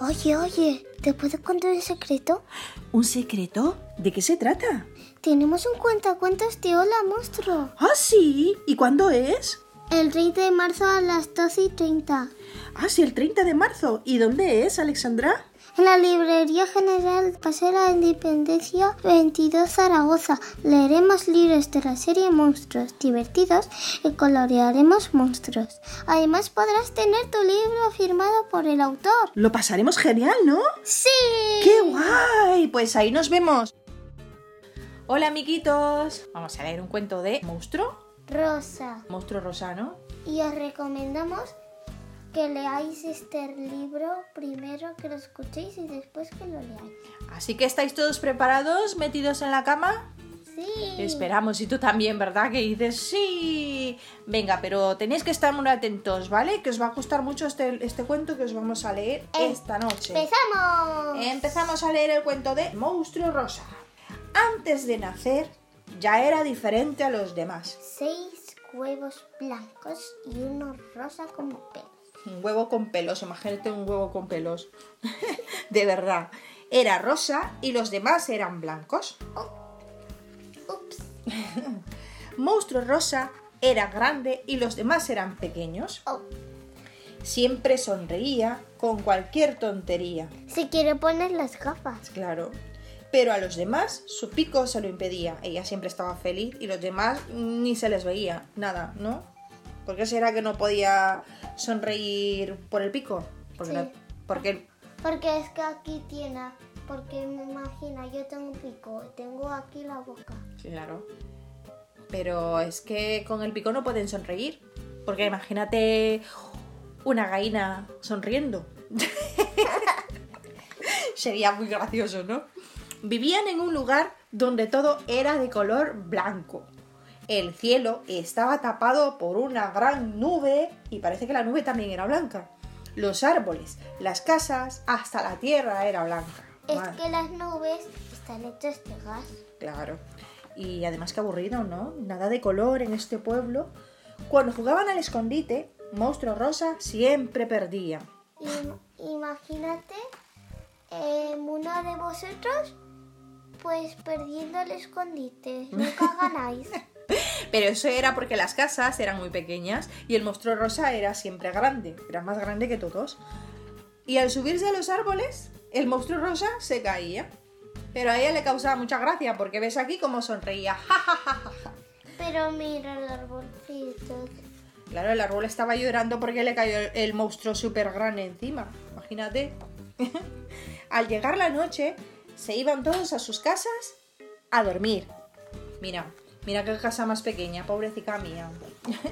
Oye, oye, ¿te puedo contar un secreto? ¿un secreto? ¿De qué se trata? Tenemos un cuentacuentos de Hola, monstruo. Ah, sí. ¿Y cuándo es? El 30 de marzo a las 12 y 30. Ah, sí, el 30 de marzo. ¿Y dónde es, Alexandra? En la Librería General Paseo de la Independencia 22 Zaragoza leeremos libros de la serie Monstruos divertidos y colorearemos monstruos. Además podrás tener tu libro firmado por el autor. Lo pasaremos genial, ¿no? ¡Sí! ¡Qué guay! Pues ahí nos vemos. Hola, amiguitos. Vamos a leer un cuento de monstruo. Rosa. Monstruo rosano. Y os recomendamos que leáis este libro primero que lo escuchéis y después que lo leáis. Así que estáis todos preparados, metidos en la cama. ¡Sí! Esperamos, y tú también, ¿verdad? Que dices sí. Venga, pero tenéis que estar muy atentos, ¿vale? Que os va a gustar mucho este, este cuento que os vamos a leer Eh, esta noche. ¡Empezamos! Empezamos a leer el cuento de Monstruo Rosa. Antes de nacer, ya era diferente a los demás. Seis huevos blancos y uno rosa como pelos. Un huevo con pelos, imagínate un huevo con pelos. de verdad. Era rosa y los demás eran blancos. Ups. Monstruo Rosa era grande y los demás eran pequeños. Oh. Siempre sonreía con cualquier tontería. Se quiere poner las gafas. Claro. Pero a los demás su pico se lo impedía. Ella siempre estaba feliz y los demás ni se les veía nada, ¿no? ¿Por qué será que no podía sonreír por el pico? Porque, Sí. no- porque el- Porque es que aquí tiene. Porque me imagina, yo tengo un pico, tengo aquí la boca. Claro. Pero es que con el pico no pueden sonreír. Porque imagínate una gallina sonriendo. Sería muy gracioso, ¿no? Vivían en un lugar donde todo era de color blanco. El cielo estaba tapado por una gran nube y parece que la nube también era blanca. Los árboles, las casas, hasta la tierra era blanca. Es Madre- que las nubes están hechas de gas. Claro. Y además qué aburrido, ¿no? Nada de color en este pueblo. Cuando jugaban al escondite, Monstruo Rosa siempre perdía. Im- imagínate eh, uno de vosotros, pues perdiendo el escondite. Nunca ganáis. Pero eso era porque las casas eran muy pequeñas y el Monstruo Rosa era siempre grande, era más grande que todos. Y al subirse a los árboles, el Monstruo Rosa se caía. Pero a ella le causaba mucha gracia porque ves aquí cómo sonreía. ¡Ja, ja, ja, ja, ja! Pero mira el arbolcito. Claro, el árbol estaba llorando porque le cayó el- el monstruo súper grande encima. Imagínate. Al llegar la noche, se iban todos a sus casas a dormir. Mira, mira qué casa más pequeña, pobrecita mía.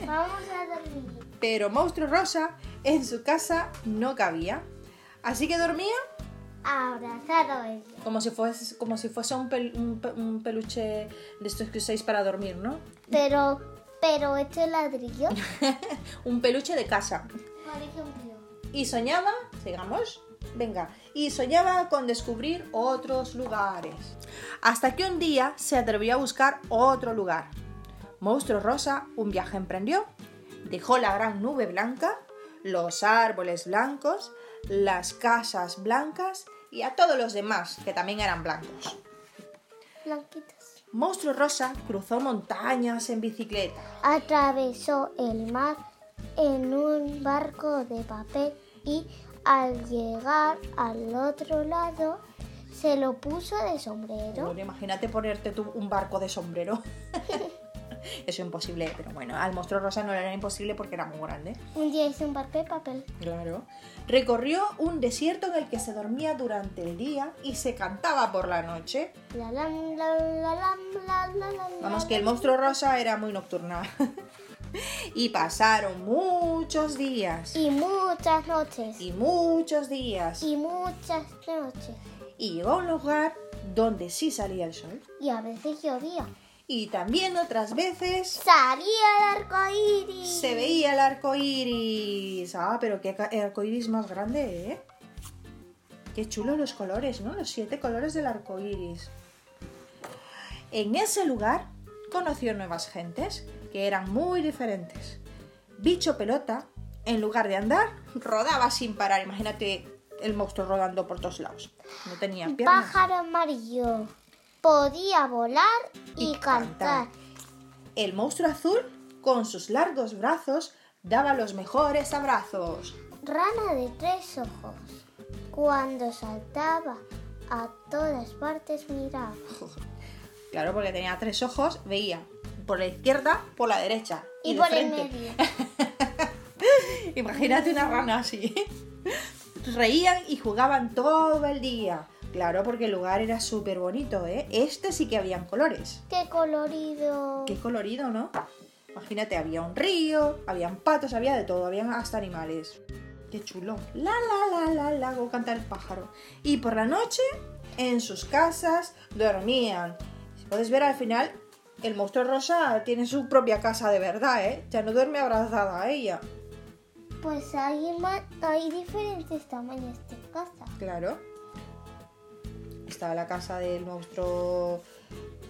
Vamos a dormir. Pero Monstruo Rosa en su casa no cabía. Así que dormía Abrazado ella. como si fuese, como si fuese un, pel- un pe- un peluche de estos que usáis para dormir, ¿no? Pero, pero este ladrillo, un peluche de casa. por ejemplo. Y soñaba, sigamos, venga, y soñaba con descubrir otros lugares. Hasta que un día se atrevió a buscar otro lugar. Monstruo Rosa un viaje emprendió. Dejó la gran nube blanca, los árboles blancos, las casas blancas y a todos los demás que también eran blancos. Blanquitos. Monstruo Rosa cruzó montañas en bicicleta. Atravesó el mar en un barco de papel y al llegar al otro lado se lo puso de sombrero. Bueno, imagínate ponerte tú un barco de sombrero. Eso es imposible, pero bueno, al monstruo rosa no le era imposible porque era muy grande. Un día hice un barco de papel. Claro. Recorrió un desierto en el que se dormía durante el día y se cantaba por la noche. La lam, la la lam, la la la. la, Vamos, que el monstruo rosa era muy nocturna. y pasaron muchos días. Y muchas noches. Y muchos días. Y muchas noches. Y llegó a un lugar donde sí salía el sol. Y a veces llovía. Y también otras veces Salía el arco iris. se veía el arco iris. Ah, pero qué ca- arco iris más grande, ¿eh? Qué chulo los colores, ¿no? Los siete colores del arco iris. En ese lugar conoció nuevas gentes que eran muy diferentes. Bicho pelota, en lugar de andar, rodaba sin parar. Imagínate el monstruo rodando por todos lados. No tenía Un piernas. pájaro amarillo. Podía volar y, Y cantar. cantar. El monstruo azul, con sus largos brazos, daba los mejores abrazos. Rana de tres ojos. Cuando saltaba, a todas partes miraba. Claro, porque tenía tres ojos, veía por la izquierda, por la derecha y, Y, de por frente. el medio. Imagínate una rana así. Reían y jugaban todo el día. Claro, porque el lugar era súper bonito, ¿eh? Este sí que habían colores. ¡Qué colorido! Qué colorido, ¿no? Imagínate, había un río, habían patos, había de todo, habían hasta animales. Qué chulo. La la la la la, como canta el pájaro. Y por la noche, en sus casas, dormían. Si puedes ver al final, el monstruo rosa tiene su propia casa de verdad, ¿eh? Ya no duerme abrazada a ella. Pues hay, ma- hay diferentes tamaños de casa. Claro. Estaba la casa del monstruo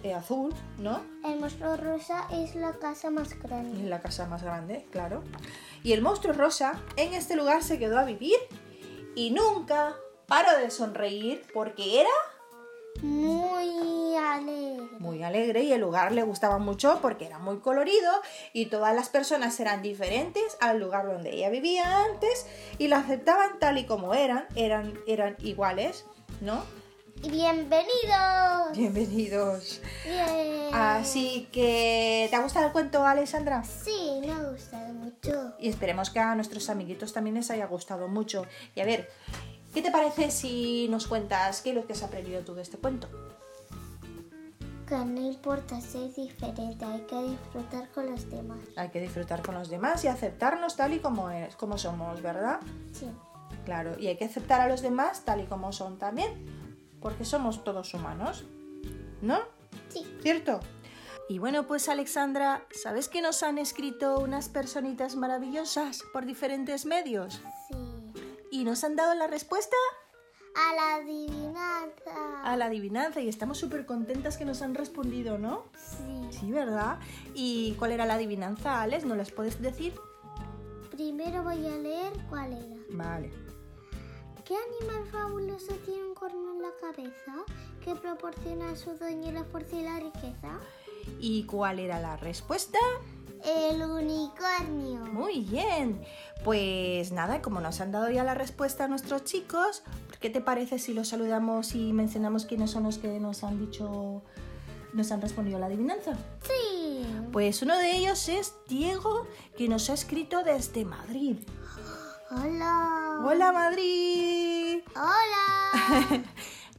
eh, azul, ¿no? El monstruo rosa es la casa más Es grande. la casa más grande, claro. Y el monstruo rosa en este lugar se quedó a vivir y nunca paró de sonreír porque era Muy alegre. muy alegre y el lugar le gustaba mucho porque era muy colorido y todas las personas eran diferentes al lugar donde ella vivía antes y la aceptaban tal y como eran, eran, eran iguales, ¿no? Y bienvenidos. Bienvenidos. Bien. Así que, ¿te ha gustado el cuento, Alessandra? Sí, me ha gustado mucho. Y esperemos que a nuestros amiguitos también les haya gustado mucho. Y a ver, ¿qué te parece si nos cuentas qué es lo que has aprendido tú de este cuento? Que no importa si es diferente, hay que disfrutar con los demás. Hay que disfrutar con los demás y aceptarnos tal y como, es, como somos, ¿verdad? Sí. Claro, y hay que aceptar a los demás tal y como son también, porque somos todos humanos, ¿no? Sí. ¿Cierto? Y bueno, pues Alexandra, ¿sabes que nos han escrito unas personitas maravillosas por diferentes medios? Sí. Y nos han dado la respuesta A la adivinanza. a la adivinanza y estamos súper contentas que nos han respondido, ¿no? Sí. Sí, ¿verdad? ¿Y cuál era la adivinanza, Alex? ¿No las puedes decir? Primero voy a leer cuál era. Vale. ¿Qué animal fabuloso tiene un corno en la cabeza que proporciona a su dueño la fuerza y la riqueza? ¿Y cuál era la respuesta? El unicornio. Muy bien. Pues nada, como nos han dado ya la respuesta a nuestros chicos, ¿qué te parece si los saludamos y mencionamos quiénes son los que nos han dicho, nos han respondido la adivinanza? Sí. Pues uno de ellos es Diego, que nos ha escrito desde Madrid. Hola. Hola Madrid. Hola.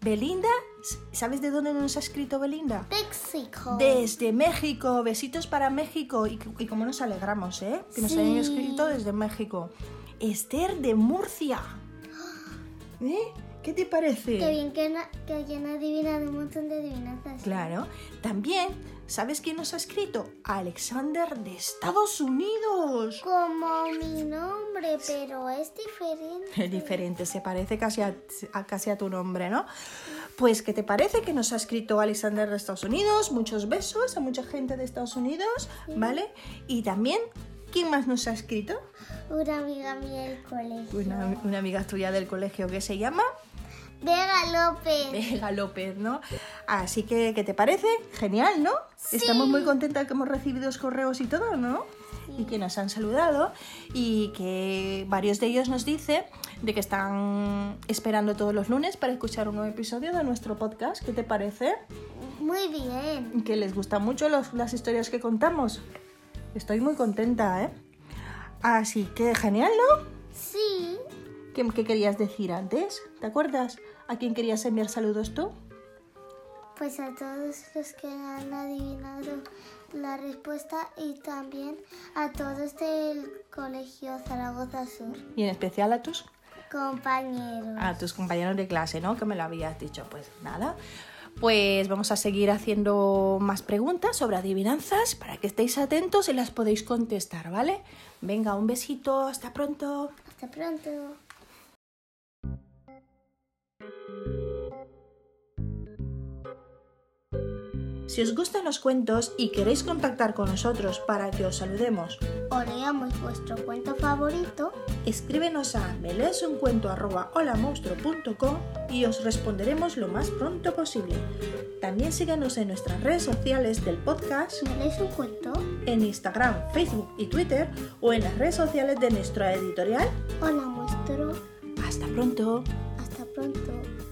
Belinda, s- ¿sabes de dónde nos ha escrito Belinda? México. Desde México, besitos para México. Y, c- y cómo nos alegramos, ¿eh? Que nos Sí. hayan escrito desde México. Esther de Murcia. ¿Eh? ¿Qué te parece? Qué bien que, na- que hayan adivinado un montón de adivinanzas. Claro. También, ¿sabes quién nos ha escrito? Alexander de Estados Unidos. Como mi nombre, pero es diferente. Es diferente, se parece casi a, a- casi a tu nombre, ¿no? Pues, ¿qué te parece que nos ha escrito Alexander de Estados Unidos? Muchos besos a mucha gente de Estados Unidos, ¿vale? Y también, ¿quién más nos ha escrito? Una amiga mía del colegio. Una, una amiga tuya del colegio que se llama Vega López. Vega López, ¿no? Así que, ¿qué te parece? Genial, ¿no? Estamos muy contentas que hemos recibido los correos y todo, ¿no? Y que nos han saludado y que varios de ellos nos dicen de que están esperando todos los lunes para escuchar un nuevo episodio de nuestro podcast. ¿Qué te parece? Muy bien. que les gustan mucho los- las historias que contamos. Estoy muy contenta, ¿eh? Así que genial, ¿no? Sí. ¿Qué, qué querías decir antes? ¿Te acuerdas? ¿A quién querías enviar saludos tú? Pues a todos los que han adivinado la respuesta y también a todos del Colegio Zaragoza Sur, Y en especial a tus, compañeros. a tus compañeros de clase, ¿no? Que me lo habías dicho. Pues nada. Pues vamos a seguir haciendo más preguntas sobre adivinanzas para que estéis atentos y las podéis contestar, ¿vale? Venga, un besito, hasta pronto. Hasta pronto. Si os gustan los cuentos y queréis contactar con nosotros para que os saludemos, O leamos vuestro cuento favorito. escríbenos a meleesuncuento@holamonstruo.com y os responderemos lo más pronto posible. También síguenos en nuestras redes sociales del podcast, ¿Me lees un cuento? en Instagram, Facebook y Twitter o en las redes sociales de nuestra editorial. O la muestro. Hasta pronto. Hasta pronto.